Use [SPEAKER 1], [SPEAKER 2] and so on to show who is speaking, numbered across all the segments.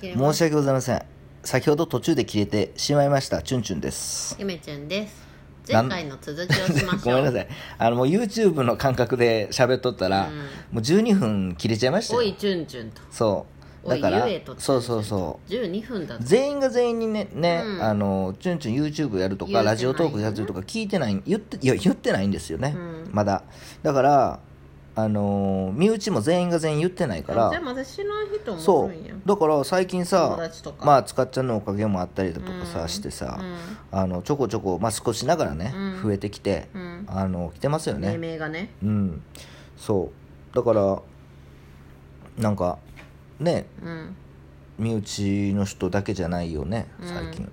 [SPEAKER 1] 切れま
[SPEAKER 2] 申
[SPEAKER 1] す
[SPEAKER 2] し訳ございません先ほど途中で消えてしまいましたチュンチュンです
[SPEAKER 1] ゆめちゃんです
[SPEAKER 2] なん
[SPEAKER 1] 前回の続きをしましょう
[SPEAKER 2] ごめんなさ
[SPEAKER 1] い
[SPEAKER 2] いあのもう YouTube の感覚で喋っとったら、
[SPEAKER 1] うん
[SPEAKER 2] もう12分切れちゃいました
[SPEAKER 1] おい
[SPEAKER 2] よ
[SPEAKER 1] チュンチュンと
[SPEAKER 2] そう
[SPEAKER 1] お
[SPEAKER 2] だ
[SPEAKER 1] い
[SPEAKER 2] から
[SPEAKER 1] ゆえと
[SPEAKER 2] そうそうそう
[SPEAKER 1] 12分だと
[SPEAKER 2] 全員が全員にねね、
[SPEAKER 1] うん
[SPEAKER 2] あのチュンチュン YouTube やると
[SPEAKER 1] 言うてな
[SPEAKER 2] か
[SPEAKER 1] い
[SPEAKER 2] ラジオトークやるとか聞いてない言っていや言ってないんですよね、
[SPEAKER 1] うん
[SPEAKER 2] まだだからあのー身内も全員が全員言ってないから
[SPEAKER 1] じゃあまだ知らん人もお
[SPEAKER 2] そ
[SPEAKER 1] るんや
[SPEAKER 2] うだから最近
[SPEAKER 1] 友
[SPEAKER 2] さ
[SPEAKER 1] 達とか
[SPEAKER 2] まあつかっちゃんのおかげもあったりだとかさ、
[SPEAKER 1] うん
[SPEAKER 2] してさ、
[SPEAKER 1] う
[SPEAKER 2] あのちょこちょこ、まあ、少しながらね、
[SPEAKER 1] うん
[SPEAKER 2] 増えてきて、
[SPEAKER 1] んうん
[SPEAKER 2] あの来てますよ
[SPEAKER 1] 命
[SPEAKER 2] ね
[SPEAKER 1] 名がね
[SPEAKER 2] うんそうだからなんかね
[SPEAKER 1] うん
[SPEAKER 2] 身内の人だけじゃないよね
[SPEAKER 1] うん
[SPEAKER 2] 最近、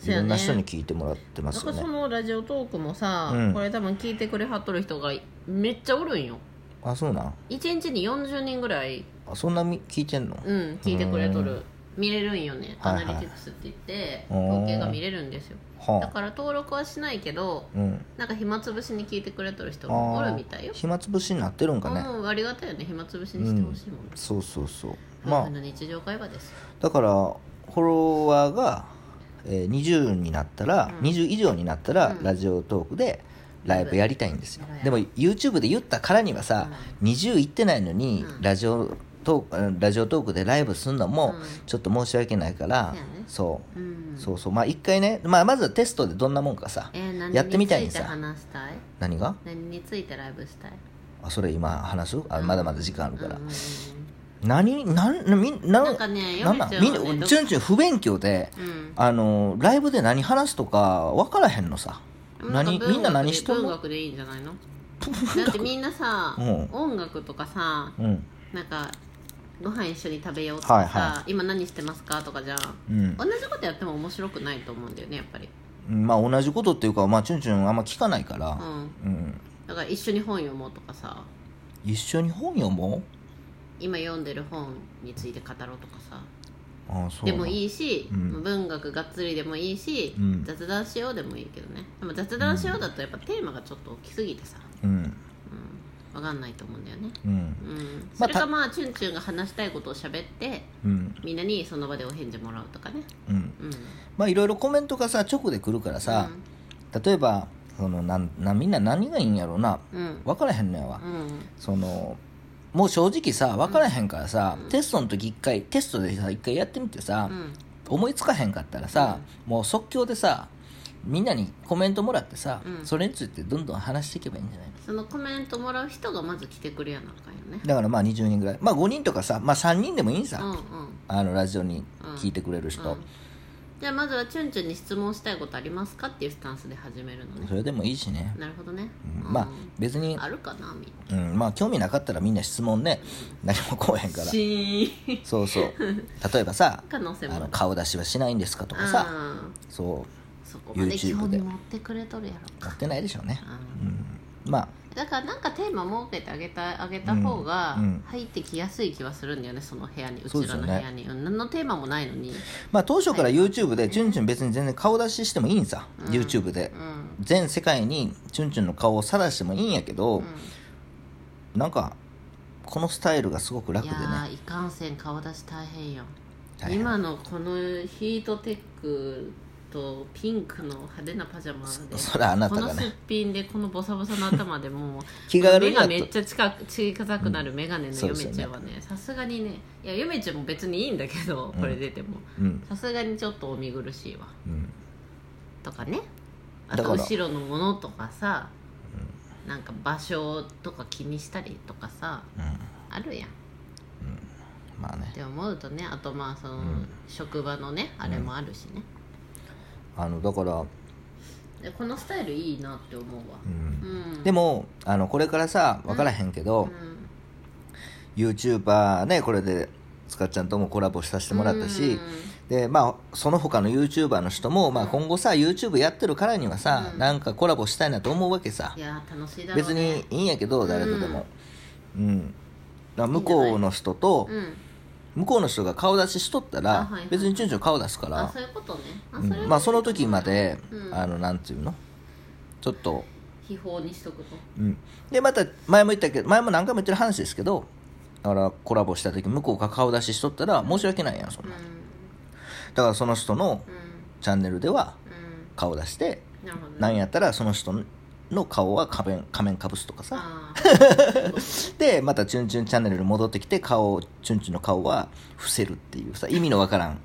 [SPEAKER 1] そ
[SPEAKER 2] い
[SPEAKER 1] うやね
[SPEAKER 2] ろんな人に聞いてもらってますよ
[SPEAKER 1] なんかそ
[SPEAKER 2] ね
[SPEAKER 1] のラジオトークもさ、
[SPEAKER 2] うん
[SPEAKER 1] これ多分聞いてくれはっとる人がめっちゃおるんよ
[SPEAKER 2] あそうなん
[SPEAKER 1] 1日に40人ぐらい、
[SPEAKER 2] あそんなみ聞いてんの、
[SPEAKER 1] うん、聞いてくれとる見れるんよね
[SPEAKER 2] はい
[SPEAKER 1] ア
[SPEAKER 2] はい
[SPEAKER 1] ナリティクスって言って、
[SPEAKER 2] おー
[SPEAKER 1] 統計が見れるんですよだ
[SPEAKER 2] はあ
[SPEAKER 1] から登録はしないけど
[SPEAKER 2] うん
[SPEAKER 1] なんか暇つぶしに聞いてくれとる人
[SPEAKER 2] あ
[SPEAKER 1] もおる
[SPEAKER 2] ー
[SPEAKER 1] みたいよ
[SPEAKER 2] 暇つぶしになってるんかね、
[SPEAKER 1] もうありがたいよね暇つぶしにしてほしいもん、ね
[SPEAKER 2] そうそうそう
[SPEAKER 1] 夫
[SPEAKER 2] ま
[SPEAKER 1] 婦
[SPEAKER 2] あ
[SPEAKER 1] の日常会話ですよ
[SPEAKER 2] だからフォロワーが、えー20になったら、
[SPEAKER 1] うん
[SPEAKER 2] 20以上になったら、
[SPEAKER 1] うん
[SPEAKER 2] ラジオトークでライブやりたいんですよ
[SPEAKER 1] ライブ
[SPEAKER 2] でも YouTube で言ったからにはさ、20いってないのに、
[SPEAKER 1] うん
[SPEAKER 2] ラジオトークラジオトークでライブするのも、
[SPEAKER 1] うん
[SPEAKER 2] ちょっと申し訳ないから、
[SPEAKER 1] そうやね
[SPEAKER 2] そう
[SPEAKER 1] うん
[SPEAKER 2] そうそうまあ一回ね、まあ、まずはテストでどんなもんかさ
[SPEAKER 1] えー、何
[SPEAKER 2] やってみたい
[SPEAKER 1] に
[SPEAKER 2] ん
[SPEAKER 1] つい
[SPEAKER 2] さ
[SPEAKER 1] て話したい
[SPEAKER 2] 何が
[SPEAKER 1] 何についてライブしたい
[SPEAKER 2] あそれ今話すあ
[SPEAKER 1] うん
[SPEAKER 2] まだまだ時間あるから、
[SPEAKER 1] うんうんうん
[SPEAKER 2] 何何みんな
[SPEAKER 1] なんかね
[SPEAKER 2] なんな
[SPEAKER 1] ヨ
[SPEAKER 2] み
[SPEAKER 1] ネ
[SPEAKER 2] ん
[SPEAKER 1] ちゃんはね
[SPEAKER 2] なチュンチュン不勉強で
[SPEAKER 1] うん
[SPEAKER 2] あのライブで何話すとか分からへんのさ何
[SPEAKER 1] か
[SPEAKER 2] みんな何しとん
[SPEAKER 1] 文
[SPEAKER 2] の
[SPEAKER 1] 学でいいんじゃないのだってみんなさ、
[SPEAKER 2] うん
[SPEAKER 1] 音楽とかさ
[SPEAKER 2] うん
[SPEAKER 1] なんかご飯一緒に食べようとかさ、
[SPEAKER 2] はいは
[SPEAKER 1] 今何してますかとかじゃん
[SPEAKER 2] うん
[SPEAKER 1] 同じことやっても面白くないと思うんだよねやっぱり
[SPEAKER 2] まあ同じことっていうかまあチュンチュンあんま聞かないか
[SPEAKER 1] う
[SPEAKER 2] ら
[SPEAKER 1] ん
[SPEAKER 2] うん
[SPEAKER 1] だから一緒に本読もうとかさ
[SPEAKER 2] 一緒に本読も
[SPEAKER 1] 今読んでる本について語ろうとかさ
[SPEAKER 2] うあそう
[SPEAKER 1] でも
[SPEAKER 2] い
[SPEAKER 1] いいし、
[SPEAKER 2] うん
[SPEAKER 1] 文学がっつりでもいいし、
[SPEAKER 2] うん
[SPEAKER 1] 雑談しようでもいいけどねでも雑談しようだとやっぱテーマがちょっと大きすぎてさ、
[SPEAKER 2] うん
[SPEAKER 1] うん、分かんないと思うんだよね
[SPEAKER 2] うん
[SPEAKER 1] うん、
[SPEAKER 2] ま
[SPEAKER 1] そ
[SPEAKER 2] あ
[SPEAKER 1] れ
[SPEAKER 2] た
[SPEAKER 1] かまあチュンチュンが話したいことを喋って
[SPEAKER 2] うん
[SPEAKER 1] みんなにその場でお返事もらうとかね
[SPEAKER 2] うん
[SPEAKER 1] うん
[SPEAKER 2] まあいろいろコメントがさ直で来るからさ、例えばそのなんなみんな何がいいんやろうな
[SPEAKER 1] うんうん
[SPEAKER 2] 分からへんのやわ、
[SPEAKER 1] うん
[SPEAKER 2] そのもう正直さ分からへんからさ、テストの時一回テストでさ一回やってみてさ、
[SPEAKER 1] うん
[SPEAKER 2] 思いつかへんかったらさ、もう即興でさみんなにコメントもらってさ、
[SPEAKER 1] うん
[SPEAKER 2] それについてどんどん話していけばいいんじゃないの
[SPEAKER 1] そのコメントもらう人がまず来てくれやなあかんよね
[SPEAKER 2] だからまあ20人ぐらいまあ5人とかさまあ3人でもいいん
[SPEAKER 1] う
[SPEAKER 2] さ、
[SPEAKER 1] んうん
[SPEAKER 2] あのラジオに聞いてくれる人、
[SPEAKER 1] うんじゃあまずはチュンチュンに質問したいことありますかっていうスタンスで始めるのね
[SPEAKER 2] それでもいいしね、
[SPEAKER 1] なるほどね、
[SPEAKER 2] うん
[SPEAKER 1] うん
[SPEAKER 2] まあ別に、
[SPEAKER 1] あるかなみん
[SPEAKER 2] うん、まあ興味なかったらみんな質問ね何も来おへんか
[SPEAKER 1] な
[SPEAKER 2] ら
[SPEAKER 1] しーん
[SPEAKER 2] そう そう例えばさ
[SPEAKER 1] 可能性も
[SPEAKER 2] あ
[SPEAKER 1] ある
[SPEAKER 2] の顔出しはしないんですかとかさ
[SPEAKER 1] あー
[SPEAKER 2] そう
[SPEAKER 1] そこまで
[SPEAKER 2] YouTube
[SPEAKER 1] 興味
[SPEAKER 2] で
[SPEAKER 1] 持ってくれとるやろ
[SPEAKER 2] 持ってないでしょうね、
[SPEAKER 1] あー
[SPEAKER 2] まあ
[SPEAKER 1] だからなんかテーマ設けてあげたあげた方が
[SPEAKER 2] うんうん
[SPEAKER 1] 入ってきやすい気はするんだよねその部屋にうち
[SPEAKER 2] そうです
[SPEAKER 1] ら
[SPEAKER 2] よ
[SPEAKER 1] の
[SPEAKER 2] ね
[SPEAKER 1] 部屋に、うん何のテーマもないのに
[SPEAKER 2] まあ当初から YouTube でチュンチュン別に全然顔出ししてもいいんさ、
[SPEAKER 1] うん
[SPEAKER 2] YouTube で
[SPEAKER 1] うん
[SPEAKER 2] 全世界にチュンチュンの顔を晒してもいいんやけど、
[SPEAKER 1] うん
[SPEAKER 2] なんかこのスタイルがすごく楽
[SPEAKER 1] い
[SPEAKER 2] で
[SPEAKER 1] や
[SPEAKER 2] ね
[SPEAKER 1] ーいかんせん顔出し大変よ
[SPEAKER 2] 大変
[SPEAKER 1] 今のこのヒートテックとピンクの派手なパジャマ で
[SPEAKER 2] そらあな
[SPEAKER 1] こ
[SPEAKER 2] た
[SPEAKER 1] の
[SPEAKER 2] が
[SPEAKER 1] すっ
[SPEAKER 2] ね
[SPEAKER 1] ぴんでこのボサボサの頭でもう
[SPEAKER 2] 気軽に
[SPEAKER 1] 目
[SPEAKER 2] やっと
[SPEAKER 1] がめっちゃ近く小さくなる眼鏡の
[SPEAKER 2] そう
[SPEAKER 1] ヨ
[SPEAKER 2] です
[SPEAKER 1] メ
[SPEAKER 2] よね
[SPEAKER 1] ちゃんはねさすがにねいやヨメちゃんも別にいいんだけどこれ出ても
[SPEAKER 2] うん
[SPEAKER 1] さすがにちょっとお見苦しいわ
[SPEAKER 2] うん
[SPEAKER 1] とかねあ
[SPEAKER 2] だ
[SPEAKER 1] と
[SPEAKER 2] から
[SPEAKER 1] 後ろのものとかさなんか場所とか気にしたりとかさ
[SPEAKER 2] うん
[SPEAKER 1] あるやんっ
[SPEAKER 2] まあね
[SPEAKER 1] て思うとねあとまあその、
[SPEAKER 2] ん
[SPEAKER 1] 職場のねあれもあるしね、
[SPEAKER 2] あのだから、
[SPEAKER 1] でこのスタイルいいなって思うわ
[SPEAKER 2] う、ん
[SPEAKER 1] うん、
[SPEAKER 2] で
[SPEAKER 1] も、
[SPEAKER 2] もあのこれからさ分からへんけど、YouTuber ねこれでつかっちゃんともコラボさせてもらったし、でまあ、その他の YouTuber の人も、まあ、今後さ YouTube やってるからにはさ、
[SPEAKER 1] うん
[SPEAKER 2] なんかコラボしたいなと思うわけさ
[SPEAKER 1] いやー楽しいだろう、ね、
[SPEAKER 2] 別にいいんやけど誰とでもうん、だから向
[SPEAKER 1] いいんじ
[SPEAKER 2] こ
[SPEAKER 1] ゃ
[SPEAKER 2] う
[SPEAKER 1] な
[SPEAKER 2] の人と
[SPEAKER 1] うん
[SPEAKER 2] 向こうの人が顔出ししとったら、
[SPEAKER 1] あはいはい
[SPEAKER 2] 別にチュンチュン顔出すから
[SPEAKER 1] あそういうことねあ
[SPEAKER 2] うん
[SPEAKER 1] それは
[SPEAKER 2] まあ、その時まで、
[SPEAKER 1] うん
[SPEAKER 2] あのなんていうのちょっと、
[SPEAKER 1] 秘宝にしとくと
[SPEAKER 2] うん、でまた前も言ったけど前も何回も言ってる話ですけどだからコラボした時向こうが顔出ししとったら申し訳ないやんそん
[SPEAKER 1] うん
[SPEAKER 2] な、だからその人の
[SPEAKER 1] うん
[SPEAKER 2] チャンネルでは
[SPEAKER 1] う
[SPEAKER 2] 顔出して
[SPEAKER 1] んなるほどね
[SPEAKER 2] なんやったらその人の顔は仮面仮面かぶすとかさ
[SPEAKER 1] あ ー
[SPEAKER 2] でまた「チュンチュンチャンネル」に戻ってきて顔をチュンチュンの顔は伏せるっていうさ意味のわからん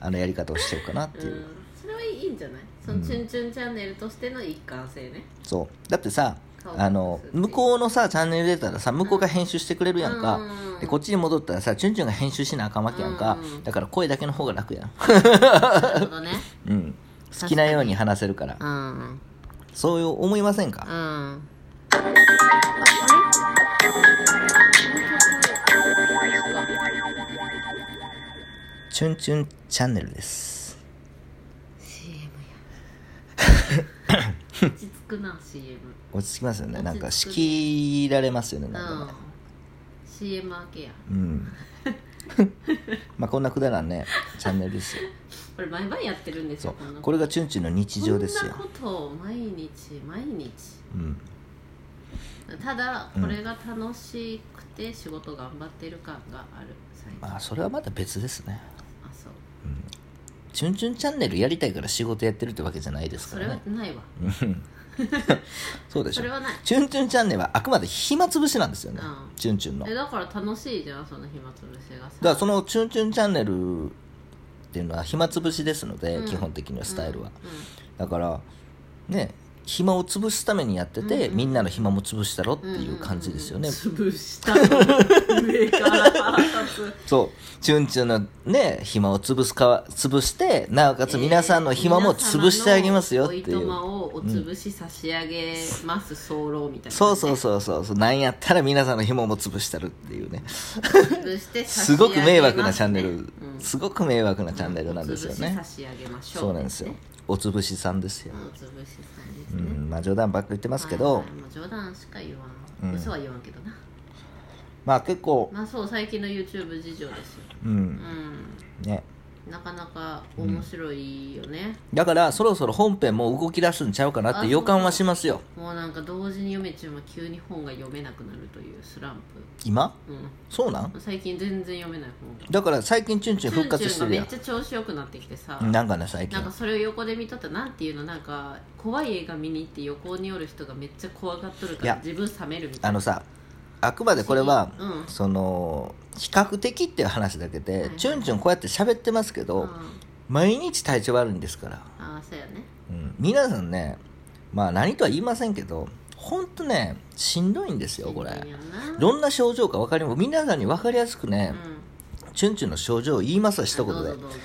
[SPEAKER 2] あのやり方をしてるかなって
[SPEAKER 1] う
[SPEAKER 2] いう、
[SPEAKER 1] んそれはいいんじゃないそのチュンチュンチャンネルとしての一貫性ね
[SPEAKER 2] そうだってさ
[SPEAKER 1] 顔
[SPEAKER 2] あの向こうのさチャンネル出たらさ向こうが編集してくれるやんか、
[SPEAKER 1] うん
[SPEAKER 2] でこっちに戻ったらさチュンチュンが編集しなあかんわけやんか、
[SPEAKER 1] うん
[SPEAKER 2] だから声だけの方が楽やん
[SPEAKER 1] なるほどね
[SPEAKER 2] うん好きなように話せるから
[SPEAKER 1] うん
[SPEAKER 2] そういう思いませんか、
[SPEAKER 1] うん
[SPEAKER 2] チュンチュンチャンネルです
[SPEAKER 1] CM や落ち着くな CM
[SPEAKER 2] 落ち着きますよねなんか
[SPEAKER 1] 落ち
[SPEAKER 2] 仕
[SPEAKER 1] 着く
[SPEAKER 2] 切られますよね
[SPEAKER 1] う
[SPEAKER 2] なん
[SPEAKER 1] ん
[SPEAKER 2] かね
[SPEAKER 1] CM 明けや
[SPEAKER 2] うん、まあこんなくだらんねチャンネルですよ
[SPEAKER 1] これ毎晩やってるんです
[SPEAKER 2] そ
[SPEAKER 1] よ
[SPEAKER 2] う
[SPEAKER 1] の
[SPEAKER 2] これがチュンチュンの日常ですよ
[SPEAKER 1] こんなことを毎日毎日
[SPEAKER 2] うん
[SPEAKER 1] ただ
[SPEAKER 2] うん
[SPEAKER 1] これが楽しくて仕事頑張ってる感がある最近
[SPEAKER 2] まあそれはまた別ですね
[SPEAKER 1] あそう
[SPEAKER 2] チュンチュンチャンネルやりたいから仕事やってるってわけじゃないです
[SPEAKER 1] そ
[SPEAKER 2] か
[SPEAKER 1] れ
[SPEAKER 2] ら
[SPEAKER 1] は
[SPEAKER 2] ね
[SPEAKER 1] ないわ
[SPEAKER 2] うんそうでし
[SPEAKER 1] そ
[SPEAKER 2] ょ
[SPEAKER 1] れはない
[SPEAKER 2] チュンチュンチャンネルはあくまで暇つぶしなんですよね、
[SPEAKER 1] うん
[SPEAKER 2] チュンチュンの
[SPEAKER 1] え
[SPEAKER 2] だか
[SPEAKER 1] だから楽しいじゃんその暇つぶしがさ
[SPEAKER 2] らそのチュンチュンチャンネルっていうのは暇つぶしですので、
[SPEAKER 1] うん
[SPEAKER 2] 基本的にはスタイルは、
[SPEAKER 1] うん
[SPEAKER 2] だからね暇を潰すためにやってて、みんなの暇も潰したろっていう感じですよね、
[SPEAKER 1] 潰したの上から腹立 つ
[SPEAKER 2] そうチュンチュンのね暇を潰すかわ潰してなおかつ皆さんの暇も潰してあげますよってい
[SPEAKER 1] 皆様
[SPEAKER 2] う、
[SPEAKER 1] のおいとまをお潰し差し上げます早漏みたいな、
[SPEAKER 2] そうそうそうそうそうなんやったら皆さんの暇も潰したるっていうね
[SPEAKER 1] 潰して差し
[SPEAKER 2] す
[SPEAKER 1] 上げま
[SPEAKER 2] ご
[SPEAKER 1] ね
[SPEAKER 2] く迷惑なチャンネ
[SPEAKER 1] う
[SPEAKER 2] ル
[SPEAKER 1] ん、
[SPEAKER 2] すごく迷惑なチャンネルなんですよ
[SPEAKER 1] お潰し
[SPEAKER 2] ね
[SPEAKER 1] 差。し上げましょう
[SPEAKER 2] そうなんですよ。おつぶしさんですよ
[SPEAKER 1] お。潰しさんです
[SPEAKER 2] う
[SPEAKER 1] ね、
[SPEAKER 2] ん、まあ冗談ばっか言ってますけ
[SPEAKER 1] は
[SPEAKER 2] ど
[SPEAKER 1] いは、いもう冗談しか言わん、
[SPEAKER 2] うん
[SPEAKER 1] 嘘は言わんけどな
[SPEAKER 2] まあ結構、
[SPEAKER 1] まあそう最近の YouTube 事情ですよ
[SPEAKER 2] う、
[SPEAKER 1] うんん
[SPEAKER 2] ね。
[SPEAKER 1] なかなか面白いよね、
[SPEAKER 2] だからそろそろ本編も動き出すんちゃうかなって予感はしますよ。
[SPEAKER 1] もうなんか同時に読めちゃうの急に本が読めなくなるというスラン
[SPEAKER 2] 今
[SPEAKER 1] プうん
[SPEAKER 2] そうなん
[SPEAKER 1] 最近全然読めない本が
[SPEAKER 2] だから最近チュンチュン復活し
[SPEAKER 1] チュ
[SPEAKER 2] てる
[SPEAKER 1] ンチュンがめ
[SPEAKER 2] や
[SPEAKER 1] っちゃ調子よくなってきてさ、
[SPEAKER 2] ん。なんかね、最近
[SPEAKER 1] なん。かそれを横で見とったらなんていうのなんか怖い映画見に行って横におる人がめっちゃ怖がっとるから
[SPEAKER 2] いや
[SPEAKER 1] 自分冷めるみた
[SPEAKER 2] あ
[SPEAKER 1] いな
[SPEAKER 2] のさ、あくまでこれは、
[SPEAKER 1] うん
[SPEAKER 2] その、比較的っていう話だけで、
[SPEAKER 1] はい
[SPEAKER 2] チュンチュンこうやって喋ってますけど、
[SPEAKER 1] うん
[SPEAKER 2] 毎日体調悪いんですから。
[SPEAKER 1] ああそうやね
[SPEAKER 2] うん、皆さんねまあ何とは言いませんけど本当ねしんどいんですよこれ
[SPEAKER 1] 人間やな
[SPEAKER 2] どんな症状か分かりも皆さんに分かりやすくね
[SPEAKER 1] う、ん
[SPEAKER 2] チュンチュンの症状を言いますわ一
[SPEAKER 1] あ
[SPEAKER 2] 言
[SPEAKER 1] ど
[SPEAKER 2] で
[SPEAKER 1] うぞどうぞ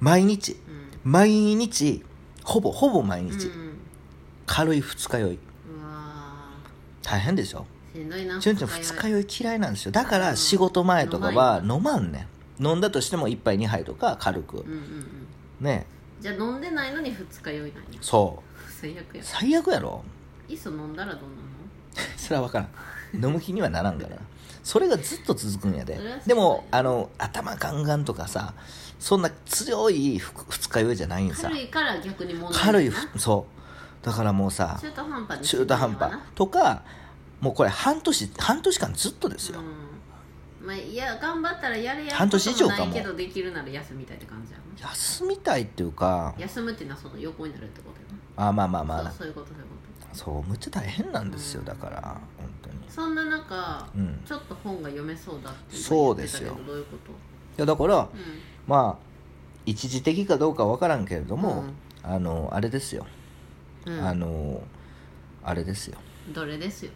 [SPEAKER 2] 毎日
[SPEAKER 1] うん
[SPEAKER 2] 毎日ほぼほぼ毎日、
[SPEAKER 1] うん
[SPEAKER 2] 軽い二日酔いう
[SPEAKER 1] わ
[SPEAKER 2] 大変でしょ
[SPEAKER 1] ーしんどいな
[SPEAKER 2] チュンチュン二日酔い嫌いなんですよだから仕事前とかは飲まんねん飲んだとしても一杯二杯とか軽く
[SPEAKER 1] うんうんうん
[SPEAKER 2] ね
[SPEAKER 1] じゃあ飲んでないのに二日酔いなんや
[SPEAKER 2] そう
[SPEAKER 1] 最悪や
[SPEAKER 2] 最悪やろ
[SPEAKER 1] いっそ飲んだらどうなの
[SPEAKER 2] それは分からん飲む気にはならんからなそれがずっと続くんやで
[SPEAKER 1] それはそう
[SPEAKER 2] でもあの頭ガンガンとかさそんな強いふく二日酔いじゃないんさ
[SPEAKER 1] 軽いから逆に問題
[SPEAKER 2] 軽い
[SPEAKER 1] な
[SPEAKER 2] ふそうだからもうさ
[SPEAKER 1] 中途半端に
[SPEAKER 2] 中途半端とかもうこれ半年半年間ずっとですよ、
[SPEAKER 1] うんまあいや頑張ったらやれやる
[SPEAKER 2] 半年以上かも
[SPEAKER 1] ことないけどできるなら休みたいって感じやな
[SPEAKER 2] 休みたいっていうか
[SPEAKER 1] 休むっていうのはその横になるってことや
[SPEAKER 2] あまあまあ
[SPEAKER 1] な、
[SPEAKER 2] まあ
[SPEAKER 1] そうそういうことそういうこ
[SPEAKER 2] そうむっちゃ大変なんですよ
[SPEAKER 1] うん
[SPEAKER 2] だから本当に
[SPEAKER 1] とそんな中、
[SPEAKER 2] うん
[SPEAKER 1] ちょっと本が読めそうだって
[SPEAKER 2] そうですよ
[SPEAKER 1] 言ってたけどどういうこと
[SPEAKER 2] いやだから
[SPEAKER 1] う
[SPEAKER 2] まあ一時的かどうかわからんけれども、
[SPEAKER 1] うん
[SPEAKER 2] あのあれですよ
[SPEAKER 1] ん、うん
[SPEAKER 2] あのあれですよ
[SPEAKER 1] どれですよ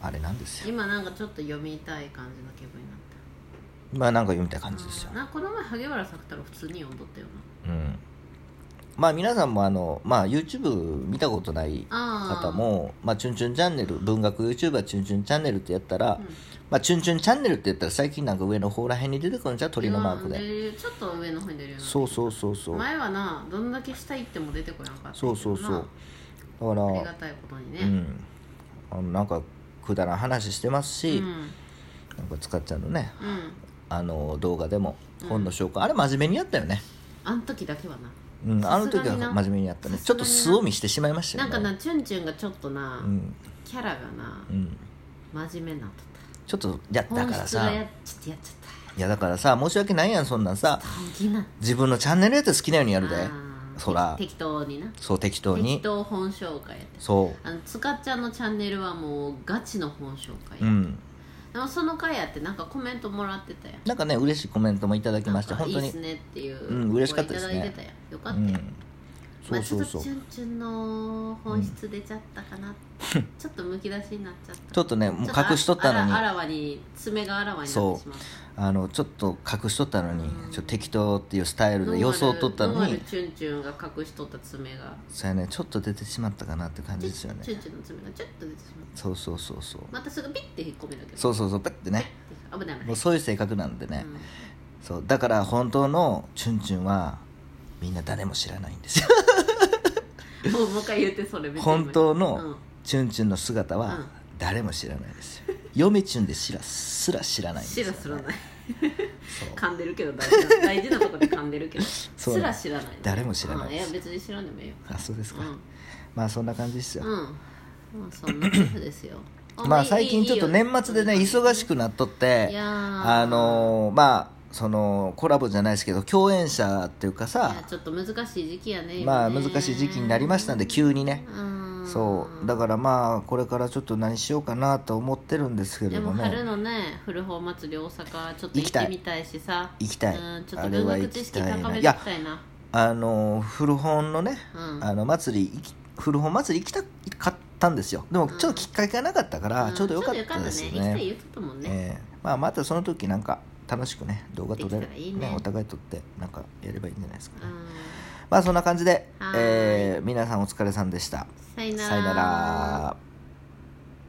[SPEAKER 2] あれなんですよ
[SPEAKER 1] 今なんかちょっと読みたい感じの気分になった
[SPEAKER 2] まあなんか読みたい感じですよ
[SPEAKER 1] うん、なんかこの前萩原作太郎普通に読んどったよな
[SPEAKER 2] うん、まあ皆さんもあの、まあ、YouTube 見たことない
[SPEAKER 1] あー
[SPEAKER 2] 方も「まあ、チュンチュンチャンネル」文学 YouTuber チュンチュンチャンネルってやったら「
[SPEAKER 1] うん
[SPEAKER 2] まあ、チュンチュンチャンネル」ってやったら最近なんか上の方らへんに出てくるんじゃう鳥のマークで
[SPEAKER 1] でちょっと上の方に出るようになってきた
[SPEAKER 2] そうそうそうそう
[SPEAKER 1] 前はなどんだけ下行っても出てこなかったけ
[SPEAKER 2] そ
[SPEAKER 1] ど
[SPEAKER 2] う
[SPEAKER 1] な
[SPEAKER 2] そうそうだか
[SPEAKER 1] ありが
[SPEAKER 2] ら
[SPEAKER 1] たいことにね、
[SPEAKER 2] うんあのなんかくだらん話してます
[SPEAKER 1] うん
[SPEAKER 2] し、なんか使っちゃうのね
[SPEAKER 1] うん
[SPEAKER 2] あの動画でも
[SPEAKER 1] うん
[SPEAKER 2] 本の紹介、あれ真面目にやったよね
[SPEAKER 1] あん時だけはな
[SPEAKER 2] うん、あの
[SPEAKER 1] さすが
[SPEAKER 2] 時は
[SPEAKER 1] にな
[SPEAKER 2] 真面目にやったね
[SPEAKER 1] さ
[SPEAKER 2] ち
[SPEAKER 1] す
[SPEAKER 2] ょっと素
[SPEAKER 1] がにな
[SPEAKER 2] を見してしまいました
[SPEAKER 1] な
[SPEAKER 2] よ
[SPEAKER 1] ん
[SPEAKER 2] ね
[SPEAKER 1] かなチュンチュンがちょっとな、
[SPEAKER 2] うん
[SPEAKER 1] キャラがな
[SPEAKER 2] うん
[SPEAKER 1] 真面目になっとっ
[SPEAKER 2] ちょっといや
[SPEAKER 1] た
[SPEAKER 2] だか
[SPEAKER 1] 本
[SPEAKER 2] ら
[SPEAKER 1] 質が
[SPEAKER 2] さ
[SPEAKER 1] やちょっとやっちゃっ
[SPEAKER 2] いやだからさ申し訳ないやんそんなんさ
[SPEAKER 1] 気な
[SPEAKER 2] 自分のチャンネルやったら好きなようにやるで
[SPEAKER 1] あー
[SPEAKER 2] そら
[SPEAKER 1] 適当にな
[SPEAKER 2] そう適当
[SPEAKER 1] 適
[SPEAKER 2] に
[SPEAKER 1] 当本紹介やで
[SPEAKER 2] そ
[SPEAKER 1] あのつかっちゃんのチャンネルはもうガチの本紹介、
[SPEAKER 2] ううん
[SPEAKER 1] でもその回やってなんかコメントもらってたやん
[SPEAKER 2] なんかね嬉しいコメントもいただきました
[SPEAKER 1] なん
[SPEAKER 2] 本
[SPEAKER 1] か
[SPEAKER 2] 当
[SPEAKER 1] い
[SPEAKER 2] に
[SPEAKER 1] いっすねっていう、
[SPEAKER 2] うん嬉しかったですね
[SPEAKER 1] 声いただいてたやんよか
[SPEAKER 2] う
[SPEAKER 1] ったやん、
[SPEAKER 2] んそうそうそう
[SPEAKER 1] まあ、ちょっとチュンチュンの本質出ちゃったかな、ちょっとむき出しになっちゃった
[SPEAKER 2] ちょっとねもう隠しとったのに
[SPEAKER 1] あらあらわに爪があらわになってしまっ
[SPEAKER 2] あのちょっと隠しとったのに
[SPEAKER 1] うん
[SPEAKER 2] ちょっと適当っていうスタイ
[SPEAKER 1] た
[SPEAKER 2] ルで装っとった
[SPEAKER 1] ノー
[SPEAKER 2] の
[SPEAKER 1] マルノーマル
[SPEAKER 2] に
[SPEAKER 1] チュンチュンが隠しとった爪が
[SPEAKER 2] そうやねちょっと出てしまったかなって感じですよね
[SPEAKER 1] チュンチュンの爪がちょっと出てしまっ
[SPEAKER 2] そうそうそうそう
[SPEAKER 1] たまたすぐピッて引っ込めるけど
[SPEAKER 2] そうそうそうペッてね
[SPEAKER 1] 危ない危な
[SPEAKER 2] も
[SPEAKER 1] いう
[SPEAKER 2] そういう性格なんでね、
[SPEAKER 1] うん
[SPEAKER 2] そうだから本当のチュンチュンはみんな誰も知らないんですよ
[SPEAKER 1] もうもう一回言ってそれ別に
[SPEAKER 2] 本当
[SPEAKER 1] うん
[SPEAKER 2] のチュンチュンの姿
[SPEAKER 1] うん
[SPEAKER 2] は誰も知らないですよ嫁チュンですらすら知らないんですよ、
[SPEAKER 1] 知ら
[SPEAKER 2] ね、
[SPEAKER 1] すらない
[SPEAKER 2] そう
[SPEAKER 1] 噛んでるけど大事な大事なとこで噛んでるけど
[SPEAKER 2] そう
[SPEAKER 1] すら知らない
[SPEAKER 2] 誰も知らない
[SPEAKER 1] うんい
[SPEAKER 2] で
[SPEAKER 1] や
[SPEAKER 2] す
[SPEAKER 1] 別に知らんでもいいよ
[SPEAKER 2] あそうです
[SPEAKER 1] う
[SPEAKER 2] か、
[SPEAKER 1] ん
[SPEAKER 2] まあそんな感じですよ、
[SPEAKER 1] うんまあそんなことですよ
[SPEAKER 2] まあ最近ちょっと年末でね忙し
[SPEAKER 1] く
[SPEAKER 2] くなっとって
[SPEAKER 1] いやー
[SPEAKER 2] あのーまあそのコラボじゃないですけど共演者っていうか
[SPEAKER 1] いや
[SPEAKER 2] さ
[SPEAKER 1] ちょっと難しい時期やね
[SPEAKER 2] まあ難しい時期になりましたんで急にね
[SPEAKER 1] うん
[SPEAKER 2] そうだからまあこれからちょっと何しようかなと思ってるんですけれ
[SPEAKER 1] で
[SPEAKER 2] ど
[SPEAKER 1] も
[SPEAKER 2] も
[SPEAKER 1] 春のね古本祭り大阪ちょっと行ってみたいしさ
[SPEAKER 2] 行きたい
[SPEAKER 1] うんちょっ
[SPEAKER 2] あ
[SPEAKER 1] と
[SPEAKER 2] れ
[SPEAKER 1] 文
[SPEAKER 2] は
[SPEAKER 1] 学
[SPEAKER 2] 行
[SPEAKER 1] 知
[SPEAKER 2] き
[SPEAKER 1] 識
[SPEAKER 2] たい
[SPEAKER 1] 高め
[SPEAKER 2] な
[SPEAKER 1] て
[SPEAKER 2] い
[SPEAKER 1] いき
[SPEAKER 2] や
[SPEAKER 1] たいな
[SPEAKER 2] あのー古本のね
[SPEAKER 1] うん
[SPEAKER 2] あの祭り行き古本祭り行きたかったんですよでもちょっときっかけがなかったから
[SPEAKER 1] ん
[SPEAKER 2] ちょうどよかったですよ
[SPEAKER 1] ちょうどよかったね行きたい
[SPEAKER 2] ね
[SPEAKER 1] 言ってたもんね
[SPEAKER 2] ええまあまたその時なんか楽しくね動画撮れる
[SPEAKER 1] できたらいいね
[SPEAKER 2] お互い撮ってなんかやればいいんじゃないですか
[SPEAKER 1] う
[SPEAKER 2] ね
[SPEAKER 1] ん
[SPEAKER 2] まあそんな感じで
[SPEAKER 1] はーい
[SPEAKER 2] えー皆さんお疲れさんでした
[SPEAKER 1] さよなら
[SPEAKER 2] さよなら